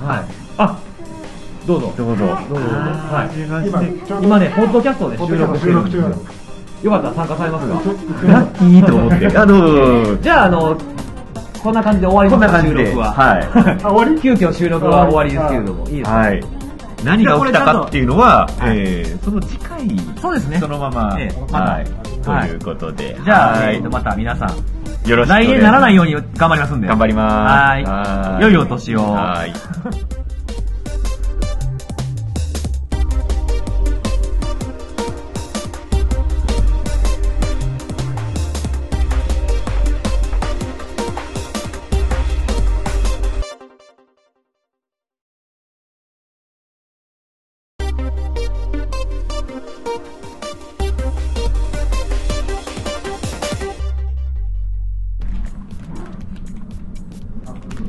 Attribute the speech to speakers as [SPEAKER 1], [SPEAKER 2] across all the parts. [SPEAKER 1] はいあどうぞ
[SPEAKER 2] どうぞ。
[SPEAKER 1] どうぞどうぞは
[SPEAKER 3] 味がして
[SPEAKER 1] い今ねポッドキャストで収録して
[SPEAKER 3] 収
[SPEAKER 1] る
[SPEAKER 3] 録中なの
[SPEAKER 1] よかったら参加されますか
[SPEAKER 2] ラッキーと思って。あ、どうぞどうぞ。
[SPEAKER 1] じゃああのこんな感じで終わり
[SPEAKER 2] こん
[SPEAKER 1] ま
[SPEAKER 2] な
[SPEAKER 1] すか
[SPEAKER 2] 感
[SPEAKER 1] 収
[SPEAKER 2] じで。
[SPEAKER 1] 録は
[SPEAKER 2] は
[SPEAKER 3] あ終わり
[SPEAKER 1] 急遽収録は終わりですけれどもいい
[SPEAKER 2] い。
[SPEAKER 1] ですか
[SPEAKER 2] はい。何が起きたかっていうのは、えー、その次回、
[SPEAKER 1] そうですね
[SPEAKER 2] そのまま、
[SPEAKER 1] ええ
[SPEAKER 2] はい。
[SPEAKER 1] は
[SPEAKER 2] と
[SPEAKER 1] い
[SPEAKER 2] いうことで、
[SPEAKER 1] じゃあ
[SPEAKER 2] はい
[SPEAKER 1] えーとまた皆さん
[SPEAKER 2] よろしくお願
[SPEAKER 1] 来
[SPEAKER 2] いします
[SPEAKER 1] 年ならないように頑張りますんで
[SPEAKER 2] 頑張ります。
[SPEAKER 1] はーい良いお年を
[SPEAKER 2] はい。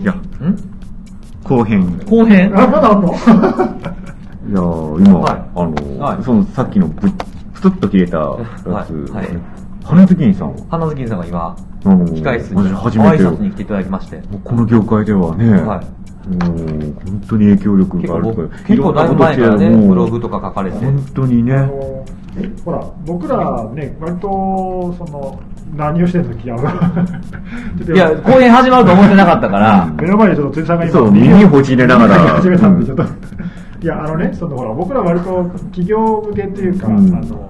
[SPEAKER 2] いや、
[SPEAKER 1] ん
[SPEAKER 2] 後編。
[SPEAKER 1] 後編
[SPEAKER 3] あまだあんの
[SPEAKER 2] いやー今、
[SPEAKER 1] はい
[SPEAKER 2] あの、
[SPEAKER 1] はい
[SPEAKER 2] そのさっきのぶっ、プツッと切れたやつ、
[SPEAKER 1] はいはい
[SPEAKER 2] 花月院さんは、
[SPEAKER 1] 花月さんが今
[SPEAKER 2] あの
[SPEAKER 1] 控え室に
[SPEAKER 2] マジ
[SPEAKER 1] ご
[SPEAKER 2] 初
[SPEAKER 1] 挨
[SPEAKER 2] めてよ
[SPEAKER 1] 拶に来ていただきまして
[SPEAKER 2] もうこの業界ではね、
[SPEAKER 1] はい
[SPEAKER 2] もう本当に影響力
[SPEAKER 1] 結
[SPEAKER 2] があ
[SPEAKER 1] 構
[SPEAKER 2] ると
[SPEAKER 1] 僕
[SPEAKER 2] か、
[SPEAKER 1] 結構だいぶ前からね
[SPEAKER 2] いろんなことしてもう
[SPEAKER 1] ブログとか書かれて
[SPEAKER 2] 本当にね、
[SPEAKER 3] あのほら僕らね割とその何をしてんの 気合う
[SPEAKER 1] いや後編始まると思ってなかったから
[SPEAKER 3] 目の前でちょっと辻さんが今
[SPEAKER 2] そう耳ほじれながら
[SPEAKER 3] 耳を始めたんでちょっと、
[SPEAKER 2] う
[SPEAKER 3] いやあのねそのほら僕ら割と企業向けっていうか、
[SPEAKER 2] うん
[SPEAKER 3] あの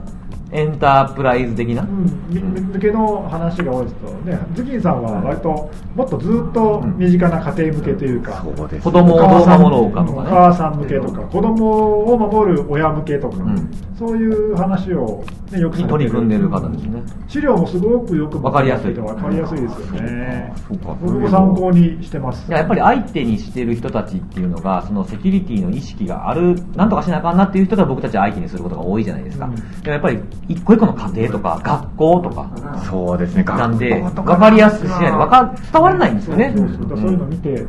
[SPEAKER 1] エンタープライズ的な
[SPEAKER 3] うん、向けの話が多いですと、ね、ズキンさんは割と、もっとずっと身近な家庭向けというか、
[SPEAKER 2] そうです
[SPEAKER 1] 子供
[SPEAKER 3] お
[SPEAKER 1] をど
[SPEAKER 3] 母
[SPEAKER 1] う
[SPEAKER 3] さん
[SPEAKER 1] 守ろうかとかね
[SPEAKER 3] お母さん向けとか、子供を守る親向けとか、
[SPEAKER 1] ん
[SPEAKER 3] そういう話を、ね、よく
[SPEAKER 1] に
[SPEAKER 3] されてる
[SPEAKER 1] 取り組んでる方ですね
[SPEAKER 3] 資料もすごくよく
[SPEAKER 1] わかりやすい
[SPEAKER 3] 分かりやすいですよね
[SPEAKER 2] そうか
[SPEAKER 3] 僕も参考にしてます
[SPEAKER 1] いややっぱり相手にしてる人たちっていうのがそのセキュリティの意識があるなんとかしなあかんなっていう人が僕たちは相手にすることが多いじゃないですか、
[SPEAKER 3] うん
[SPEAKER 1] でもやっぱり一個一個の家庭とか学校とか
[SPEAKER 2] そうですね
[SPEAKER 1] なんで
[SPEAKER 2] 学校
[SPEAKER 1] 分
[SPEAKER 2] と
[SPEAKER 1] かりやすくしないとわか伝わらないんですよね
[SPEAKER 3] そうそうそうだからそういうの見て
[SPEAKER 1] ん
[SPEAKER 3] や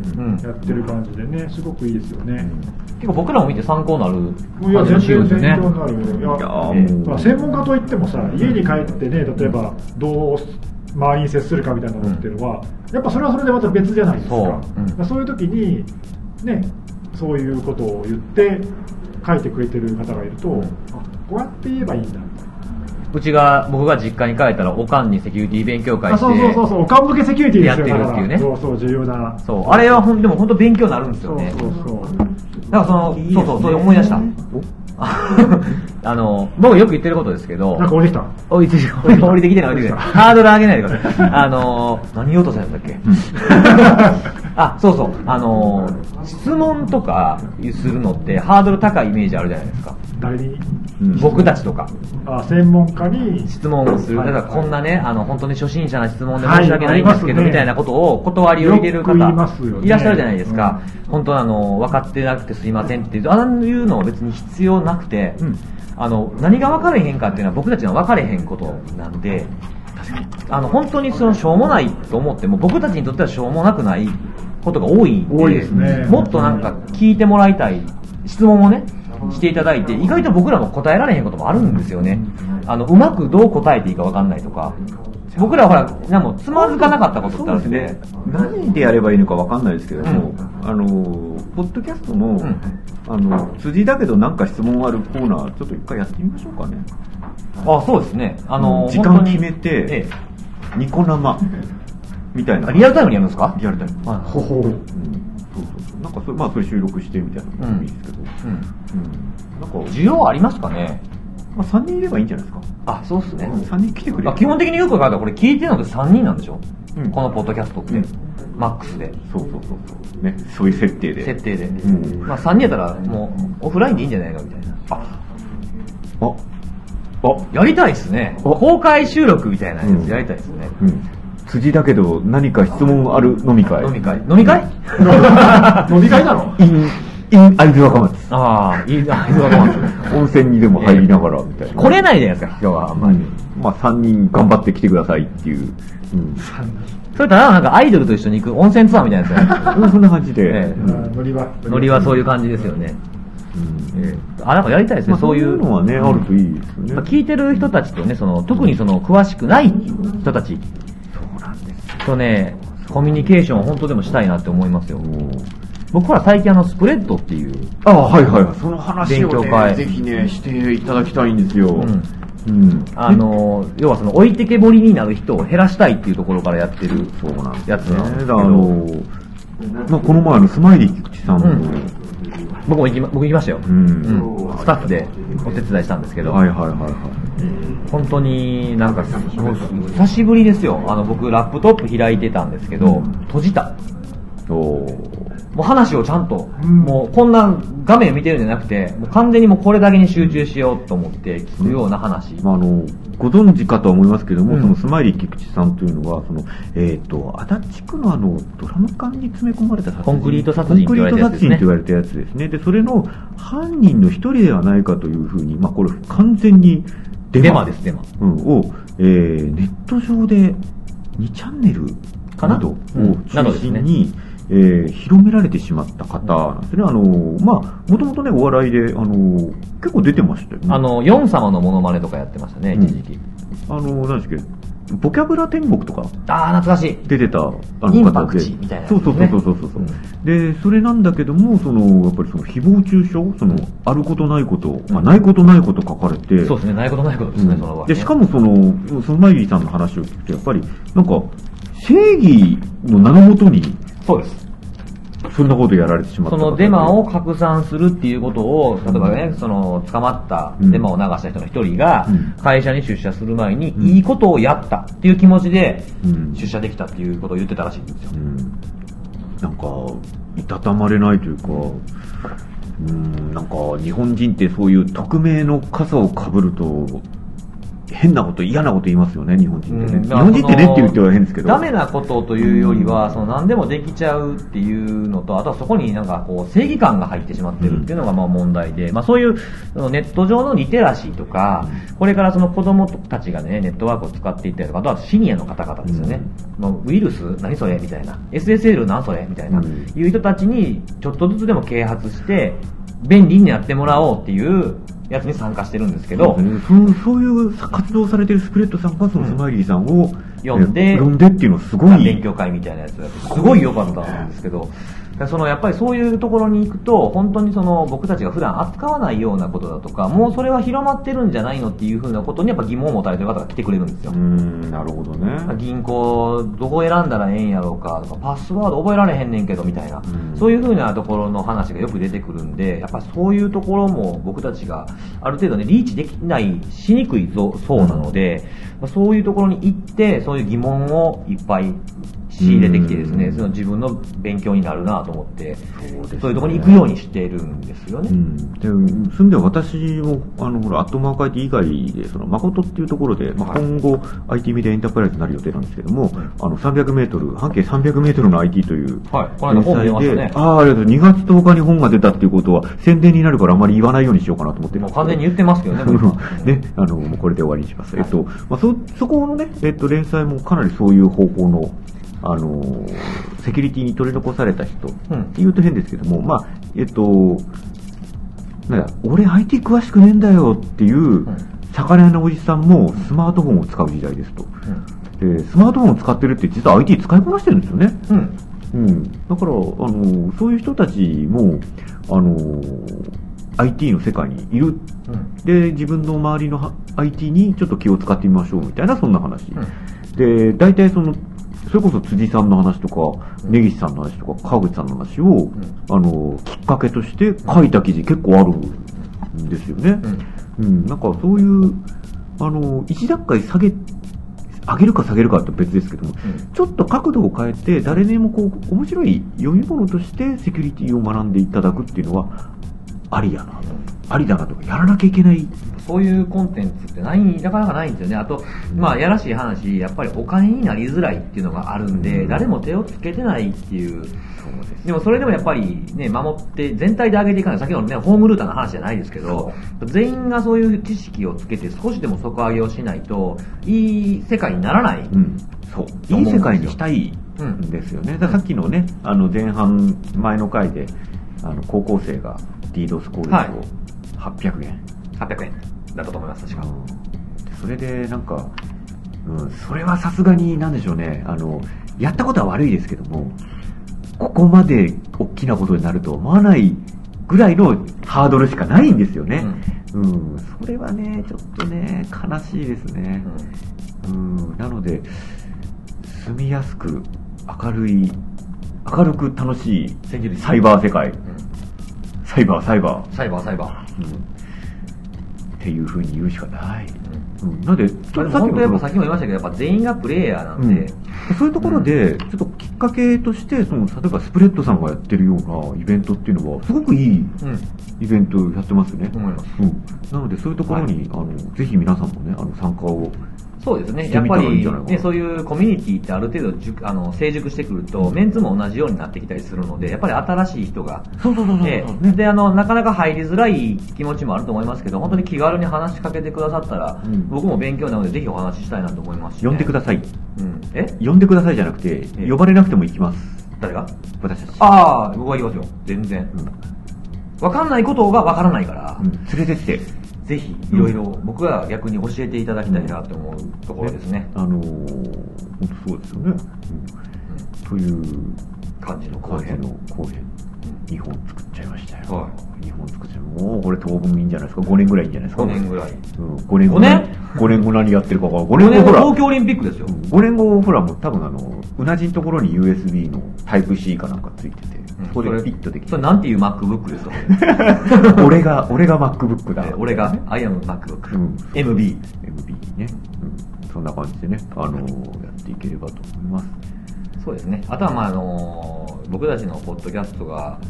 [SPEAKER 3] ってる感じでねすごくいいですよね、
[SPEAKER 1] 結構僕らも見て参考になる
[SPEAKER 3] いや
[SPEAKER 1] 感じ
[SPEAKER 3] 全
[SPEAKER 1] がするんですよ
[SPEAKER 3] 然勉強に
[SPEAKER 1] ね
[SPEAKER 3] なるよい
[SPEAKER 2] いや
[SPEAKER 3] や
[SPEAKER 2] ー
[SPEAKER 3] ま
[SPEAKER 2] も
[SPEAKER 3] あ
[SPEAKER 2] う
[SPEAKER 3] 専門家といってもさ家に帰ってね例えばどう周りに接するかみたいなのっていうのは、やっぱそれはそれでまた別じゃないですか
[SPEAKER 1] そううん
[SPEAKER 3] だからそういう時にねそういうことを言って書いてくれてる方がいると、あこうやって言えばいいんだ
[SPEAKER 1] うちが僕が実家に帰ったらおかんにセキュリティ勉強会
[SPEAKER 3] あ
[SPEAKER 1] して
[SPEAKER 3] そうそうそうそうおかん向けセキュリティですよ
[SPEAKER 1] やってるっていうね
[SPEAKER 3] だからそうそう重要な
[SPEAKER 1] そうあれはほんでも本当勉強になるんです
[SPEAKER 3] そ
[SPEAKER 1] よ
[SPEAKER 3] う
[SPEAKER 1] ね
[SPEAKER 3] そうそう
[SPEAKER 1] だからそのそうそうそれ思い出した あの僕よく言ってることですけど
[SPEAKER 3] なんか降りてきた
[SPEAKER 1] おいてる、俺降りてきてない、降りてきてない。ハードル上げないでくだ さい。あのー、何言おうとしたんだっけ あ、そうそう、あのー、質問とかするのってハードル高いイメージあるじゃないですか。
[SPEAKER 3] 誰に
[SPEAKER 2] うん
[SPEAKER 1] 僕たちとか、
[SPEAKER 3] あ専門家に
[SPEAKER 1] 質問をする。
[SPEAKER 3] はい
[SPEAKER 1] だからこんなね、あの、本当に初心者な質問で
[SPEAKER 3] はい
[SPEAKER 1] 申し訳ないんですけど、
[SPEAKER 3] ありますね
[SPEAKER 1] みたいなことを断りを入れる方、
[SPEAKER 3] よく言いますよね
[SPEAKER 1] いらっしゃるじゃないですか。本当あの、分かってなくてすいませんっていう、ああいうのは別に必要なくて、
[SPEAKER 2] うん
[SPEAKER 1] あの、何が分かれへんかっていうのは僕たちの分かれへんことなんで、あの本当にそのしょうもないと思っても僕たちにとってはしょうもなくないことが多いんで
[SPEAKER 3] 多いですね
[SPEAKER 1] もっとなんか聞いてもらいたい質問をねしていただいて意外と僕らも答えられへんこともあるんですよねあのうまくどう答えていいかわかんないとか僕らはほらなんかもうつまずかなかったことってあるんで
[SPEAKER 2] 何でやればいいのかわかんないですけども、
[SPEAKER 1] うん
[SPEAKER 2] あのポッドキャストの、
[SPEAKER 1] ん
[SPEAKER 2] あの辻だけどなんか質問あるコーナーちょっと一回やってみましょうかね
[SPEAKER 1] あそうですねあの、
[SPEAKER 2] 時間
[SPEAKER 1] 本当に
[SPEAKER 2] 決めて
[SPEAKER 1] ええ
[SPEAKER 2] ニコ生みたいな
[SPEAKER 1] あリアルタイムにやるんですか
[SPEAKER 2] リアルタイム
[SPEAKER 1] はい
[SPEAKER 3] ほほう
[SPEAKER 2] うんそうそうそうなんかそれまあそれ収録してみたいなのもいいですけど、
[SPEAKER 1] う
[SPEAKER 2] うんなんか
[SPEAKER 1] ん、需要ありますかね
[SPEAKER 2] まあ、3人いればいいんじゃないですか。
[SPEAKER 1] あそうっすね、
[SPEAKER 2] 3人来てくれる
[SPEAKER 1] あ基本的によく考えたらこれ聞いてるのって3人なんでしょ、
[SPEAKER 2] うん
[SPEAKER 1] このポッドキャストって、
[SPEAKER 2] うん
[SPEAKER 1] マックスで
[SPEAKER 2] そうそうそうそう。ね、そういう設定で。
[SPEAKER 1] 設定で、
[SPEAKER 2] うん
[SPEAKER 1] まあ、3人やったらもうオフラインでいいんじゃないかみたいな
[SPEAKER 2] あ、あ、
[SPEAKER 1] やりたいっすね
[SPEAKER 2] お
[SPEAKER 1] 公開収録みたいなや
[SPEAKER 2] うん
[SPEAKER 1] つやりたいっすね、
[SPEAKER 2] うん。辻だけど何か質問ある飲み会。
[SPEAKER 1] 飲み会飲み会
[SPEAKER 3] 飲み会なの
[SPEAKER 2] in、in 会津若松。
[SPEAKER 1] ああいいなあいいわかんない
[SPEAKER 2] 温泉にでも入りながらみたいな。
[SPEAKER 1] 来れないじゃないですか人はあんまり、
[SPEAKER 2] うんまあ3人頑張って来てくださいっていう。うん。
[SPEAKER 1] それたらなんかアイドルと一緒に行く温泉ツアーみたいなやつ や
[SPEAKER 2] うんそんな感じで。
[SPEAKER 1] ええ
[SPEAKER 2] うん
[SPEAKER 3] ノリは
[SPEAKER 1] ノリはそういう感じですよね、
[SPEAKER 2] うん
[SPEAKER 1] ええあなんかやりたいですね、
[SPEAKER 2] まあ
[SPEAKER 1] そういう
[SPEAKER 2] のはね、あるといいですよね。
[SPEAKER 1] まあ聞いてる人たちとね、その特にその詳しくない人たちとね、コミュニケーションを本当でもしたいなって思いますよ。
[SPEAKER 2] もう
[SPEAKER 1] 僕ほら最近あの、スプレッドっていう、
[SPEAKER 2] ああ、はいはいはい。その話を、
[SPEAKER 1] 勉強
[SPEAKER 2] ね、
[SPEAKER 1] 会
[SPEAKER 2] ぜひね、していただきたいんですよ。
[SPEAKER 1] うん
[SPEAKER 2] うん。
[SPEAKER 1] あの、要はその置いてけぼりになる人を減らしたいっていうところからやってる
[SPEAKER 2] そうなんですね
[SPEAKER 1] やつなんですけ
[SPEAKER 2] あ
[SPEAKER 1] ど、
[SPEAKER 2] の、まあ、この前のスマイリー菊池さんの、
[SPEAKER 1] うん僕も行きま僕行きましたよ、
[SPEAKER 2] うん
[SPEAKER 1] スタッフでお手伝いしたんですけど、
[SPEAKER 2] はいはいはいはい。
[SPEAKER 1] 本当になんかすごい久しぶりですよあの僕ラップトップ開いてたんですけど、
[SPEAKER 2] うん
[SPEAKER 1] 閉じた
[SPEAKER 2] お
[SPEAKER 1] もう話をちゃんと、
[SPEAKER 3] うん
[SPEAKER 1] もうこんな画面見てるんじゃなくてもう完全にもうこれだけに集中しようと思って聞くような話、
[SPEAKER 2] まあ、あの、ご存知かとは思いますけども、
[SPEAKER 1] うん
[SPEAKER 2] そのスマイリー菊池さんというのは、その、えっ、と、足立区のあの、ドラム缶に詰め込まれた殺人
[SPEAKER 1] コンクリート殺人って言われたやつですね
[SPEAKER 2] コンクリート殺人って言われたやつですね。で、それの犯人の一人ではないかというふうに、まあ、これ完全にデマ
[SPEAKER 1] デマですデマ
[SPEAKER 2] うん、を、えーネット上で2チャンネル
[SPEAKER 1] かな
[SPEAKER 2] などを
[SPEAKER 1] うんなど
[SPEAKER 2] 中
[SPEAKER 1] です
[SPEAKER 2] 心
[SPEAKER 1] ね
[SPEAKER 2] に、えー広められてしまった方なんですね。あのーまあ、もともとね、お笑いで、あのー結構出てましたよね。
[SPEAKER 1] あ、の4様のモノマネとかやってましたね
[SPEAKER 2] うん
[SPEAKER 1] 一時期、
[SPEAKER 2] あのー、何ですっけ、ボキャブラ天国とか
[SPEAKER 1] ああ懐かしい
[SPEAKER 2] 出てた、あの方で。
[SPEAKER 1] インパクチみたいなやつ
[SPEAKER 2] そ
[SPEAKER 1] ですね
[SPEAKER 2] うそうそうそうそうそう、
[SPEAKER 1] うん
[SPEAKER 2] で、それなんだけども、その、やっぱりその、誹謗中傷、その、あることないこと、まあ、ないことないこと書かれて、
[SPEAKER 1] そうですねないことないことですね、その場合ね
[SPEAKER 2] でしかもその、そのマイリーさんの話を聞くと、やっぱり、なんか、正義の名のもとに、
[SPEAKER 1] そうです
[SPEAKER 2] そんなことやられてしまった
[SPEAKER 1] そ
[SPEAKER 2] 方
[SPEAKER 1] のデマを拡散するっていうことを、例えばね、その捕まった
[SPEAKER 2] うん
[SPEAKER 1] デマを流した人の一人が
[SPEAKER 2] うん、
[SPEAKER 1] 会社に出社する前に
[SPEAKER 2] う、ん
[SPEAKER 1] いいことをやったっていう気持ちで
[SPEAKER 2] うん、
[SPEAKER 1] 出社できたっていうことを言ってたらしいんですよ
[SPEAKER 2] う。ん、なんか、いたたまれないというか、うん、なんか、日本人ってそういう匿名の傘をかぶると、変なこと、嫌なこと言いますよね、日本人って
[SPEAKER 1] う
[SPEAKER 2] ね。
[SPEAKER 1] ん
[SPEAKER 2] 日本人ってねって言っては変ですけど。
[SPEAKER 1] ダメなことというよりは、その何でもできちゃうっていうのと、あとはそこになんかこう正義感が入ってしまってるっていうのがまあ問題で、まあそういうそのネット上のリテラシーとか、これからその子供たちがね、ネットワークを使っていったりとか、あとはシニアの方々ですよね。まあ、ウイルス何それみたいな。SSL 何それみたいな。
[SPEAKER 2] うん
[SPEAKER 1] いう人たちにちょっとずつでも啓発して、便利にやってもらおうっていうやつに参加してるんですけど、
[SPEAKER 2] そうそういう活動されてるスプレッドさんがそのスマイリーさんを、
[SPEAKER 1] 読んで
[SPEAKER 2] えー読んでっていうのはすごい
[SPEAKER 1] 勉強会みたいなやつがすごい良かったんですけど、だからそのやっぱりそういうところに行くと、本当にその僕たちが普段扱わないようなことだとか、もうそれは広まってるんじゃないのっていうふうなことにやっぱ疑問を持たれてる方が来てくれるんですよ
[SPEAKER 2] う。んなるほどね
[SPEAKER 1] 銀行どこ選んだらええんやろうかとかパスワード覚えられへんねんけどみたいな、
[SPEAKER 2] うん
[SPEAKER 1] そういうふうなところの話がよく出てくるんでやっぱそういうところも僕たちがある程度ねリーチできないしにくいぞそうなので、まあそういうところに行ってそういう疑問をいっぱい仕入れてきてですね、
[SPEAKER 2] うん
[SPEAKER 1] その自分の勉強になるなと思ってそう,、
[SPEAKER 2] うですね
[SPEAKER 1] いうところに行くようにしてるんですよね。
[SPEAKER 2] うん、でそれでは私も、あの、ほら、アットマーク IT 以外で、その、誠っていうところで、まあ、
[SPEAKER 1] はい
[SPEAKER 2] 今後、IT メディアエンタープライズになる予定なんですけども、あの、300メートル、半径300メートルの IT という、
[SPEAKER 1] はいこの間本出ましたね
[SPEAKER 2] 連載でああ、ありがとう。2月10日に本が出たっていうことは、宣伝になるからあまり言わないようにしようかなと思ってるん
[SPEAKER 1] もう
[SPEAKER 2] ですけど
[SPEAKER 1] 完全に言ってます けどね、僕は
[SPEAKER 2] ね、あの、もうこれで終わりにします。
[SPEAKER 1] はい
[SPEAKER 2] えっと、まあ、そ、そこのね、えっと、連載もかなりそういう方向の、あのー、セキュリティに取り残された人、
[SPEAKER 1] うん
[SPEAKER 2] って言うと変ですけども、まあ、えっと、なんか、俺 IT 詳しくねえんだよっていう、
[SPEAKER 1] ん
[SPEAKER 2] 魚屋のおじさんもスマートフォンを使う時代ですと。
[SPEAKER 1] うん
[SPEAKER 2] で、スマートフォンを使ってるって実は IT 使いこなしてるんですよね。
[SPEAKER 1] うん
[SPEAKER 2] うん、だからあのそういう人たちもあの IT の世界にいる、
[SPEAKER 1] うん
[SPEAKER 2] で自分の周りのは IT にちょっと気を使ってみましょうみたいなそんな話、
[SPEAKER 1] ん
[SPEAKER 2] で大体そのそれこそ辻さんの話とか
[SPEAKER 1] うん
[SPEAKER 2] 根岸さんの話とか川口さんの話を、
[SPEAKER 1] ん
[SPEAKER 2] あのきっかけとして書いた記事結構あるんですよね、うんなんかそういうあの一段階下げ上げるか下げるかって別ですけども、
[SPEAKER 1] うん
[SPEAKER 2] ちょっと角度を変えて、誰にもこう、面白い読み物としてセキュリティを学んでいただくっていうのは、ありやなと。ありだなとか、やらなきゃいけない。
[SPEAKER 1] そういうコンテンツってない、なかなかないんですよね。あと、まあ、やらしい話、やっぱりお金になりづらいっていうのがあるんで、
[SPEAKER 2] うん
[SPEAKER 1] 誰も手をつけてないっていう。でもそれでもやっぱりね、守って、全体で上げていかない。先ほどのね、ホームルーターの話じゃないですけど、全員がそういう知識をつけて少しでも底上げをしないと、いい世界にならない。
[SPEAKER 2] うん。そう。いい世界にしたい
[SPEAKER 1] うんん
[SPEAKER 2] ですよね。だからさっきのね、あの、前半、前の回で、あの、高校生が DDoS 攻撃
[SPEAKER 1] はい
[SPEAKER 2] を800円。
[SPEAKER 1] 800円だったと思います、確
[SPEAKER 2] あ
[SPEAKER 1] か。
[SPEAKER 2] のそれでなんか、うん、それはさすがになんでしょうねあのやったことは悪いですけどもここまで大きなことになると思わないぐらいのハードルしかないんですよね。うん、それはね、ちょっとね、悲しいですね。うん、なので、住みやすく、明るい、明るく楽しい、
[SPEAKER 1] センチュリー
[SPEAKER 2] サイバー世界。
[SPEAKER 1] う
[SPEAKER 2] サイバー、サイバー
[SPEAKER 1] ん。サイバー、サイバー。。
[SPEAKER 2] うん、っていう風に言うしかない。
[SPEAKER 1] うん
[SPEAKER 2] うん、なんで、ち
[SPEAKER 1] ま
[SPEAKER 2] ょ
[SPEAKER 1] あでも本当やっぱさっきも言いましたけど、やっぱ全員がプレイヤーな
[SPEAKER 2] うんん
[SPEAKER 1] で、、
[SPEAKER 2] そういうところで、ちょっときっかけとして、その例えばスプレッドさんがやってるようなイベントっていうのは、すごくいい
[SPEAKER 1] うん、
[SPEAKER 2] イベントやってますね。
[SPEAKER 1] 思います。
[SPEAKER 2] うん、なので、そういうところに、あのぜひ皆さんもね、あの参加を、
[SPEAKER 1] そうですね。
[SPEAKER 2] して
[SPEAKER 1] やっ
[SPEAKER 2] み
[SPEAKER 1] ぱ
[SPEAKER 2] たらいいん
[SPEAKER 1] り
[SPEAKER 2] じゃないかな、
[SPEAKER 1] ね、そういうコミュニティってある程度熟あの成熟してくると、メンツも同じようになってきたりするので、やっぱり新しい人が、
[SPEAKER 2] そうそうそうそう
[SPEAKER 1] ええで、あの、なかなか入りづらい気持ちもあると思いますけど、本当に気軽に話しかけてくださったら、
[SPEAKER 2] うん
[SPEAKER 1] 僕も勉強になので、ぜひお話ししたいなと思いますし、
[SPEAKER 2] 呼んでください。
[SPEAKER 1] さい。うん。え
[SPEAKER 2] 呼んでくださいじゃなくて、
[SPEAKER 1] ええ
[SPEAKER 2] 呼ばれなくても行きます。
[SPEAKER 1] 誰が
[SPEAKER 2] 私たち。
[SPEAKER 1] ああ、僕は言いますよ。全然
[SPEAKER 2] う。ん
[SPEAKER 1] わかんないことがわからないから、
[SPEAKER 2] うん連れてって。
[SPEAKER 1] ぜひ、いろいろ、僕は逆に教えていただきたいなと思うところですね。
[SPEAKER 2] あのー、本当そうですよね。うん、という
[SPEAKER 1] 感じの後
[SPEAKER 2] 後編
[SPEAKER 1] 編。
[SPEAKER 2] の後編。日本作っちゃいましたよ。
[SPEAKER 1] は
[SPEAKER 2] 日本作っちゃいもうこれ当分いいんじゃないですか。5年ぐらいいいんじゃないですか。
[SPEAKER 1] 5年ぐらい。
[SPEAKER 2] うん、5年後。
[SPEAKER 1] 五年
[SPEAKER 2] 5年後何やってるかが。5
[SPEAKER 1] 5
[SPEAKER 2] 年
[SPEAKER 1] 年
[SPEAKER 2] 後
[SPEAKER 1] 後
[SPEAKER 2] ほら。
[SPEAKER 1] 東京オリンピックですよ。
[SPEAKER 2] 5年後、ほら、もう多分あの、うなじのところに USB の Type-C かなんかついてて、そこでピッとでき
[SPEAKER 1] そ
[SPEAKER 2] る
[SPEAKER 1] れ。なんていう MacBook ですか
[SPEAKER 2] 俺が、俺が MacBook だ
[SPEAKER 1] え。俺が
[SPEAKER 2] ね、
[SPEAKER 1] I am
[SPEAKER 2] う
[SPEAKER 1] MacBook
[SPEAKER 2] ん。
[SPEAKER 1] MB。
[SPEAKER 2] MB ね。うん。そんな感じでね、あのやっていければと思います。
[SPEAKER 1] そうですね。あとは、まあ、あのー僕たちのポッドキャストが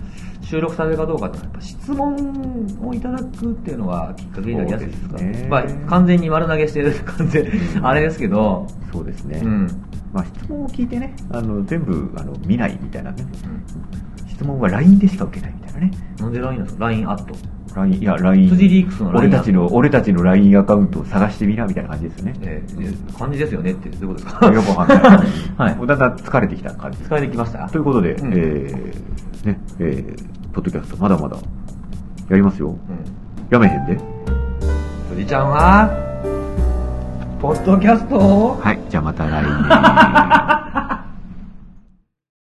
[SPEAKER 1] 収録されるかどうかっていうのは、やっぱ質問をいただくっていうのはきっかけになりやすいですから
[SPEAKER 2] そうですね
[SPEAKER 1] まあ、完全に丸投げしてる 感じ、あれですけど、
[SPEAKER 2] そうですね。
[SPEAKER 1] うん。
[SPEAKER 2] まあ、質問を聞いてね、あの、全部、あの、見ないみたいなね。質問は LINE でしか受けないみたいなね。
[SPEAKER 1] なんで LINE なんですか ?LINE アット。
[SPEAKER 2] LINE、いや、LINE。
[SPEAKER 1] 辻リークスの LINE
[SPEAKER 2] 俺たちの、俺たちの LINE アカウントを探してみな、みたいな感じですよね。
[SPEAKER 1] えー、感じですよねって、どういうことですか
[SPEAKER 2] よくわかんない。
[SPEAKER 1] はい
[SPEAKER 2] もうだんだん疲れてきた感じです
[SPEAKER 1] 疲れてきました
[SPEAKER 2] ということで、
[SPEAKER 1] うん
[SPEAKER 2] えー、ね、えー、ポッドキャストまだまだやりますよ。
[SPEAKER 1] うん。
[SPEAKER 2] やめへんで。
[SPEAKER 1] 辻ちゃんは、ポッドキャストを
[SPEAKER 2] はい、じゃあまた来年。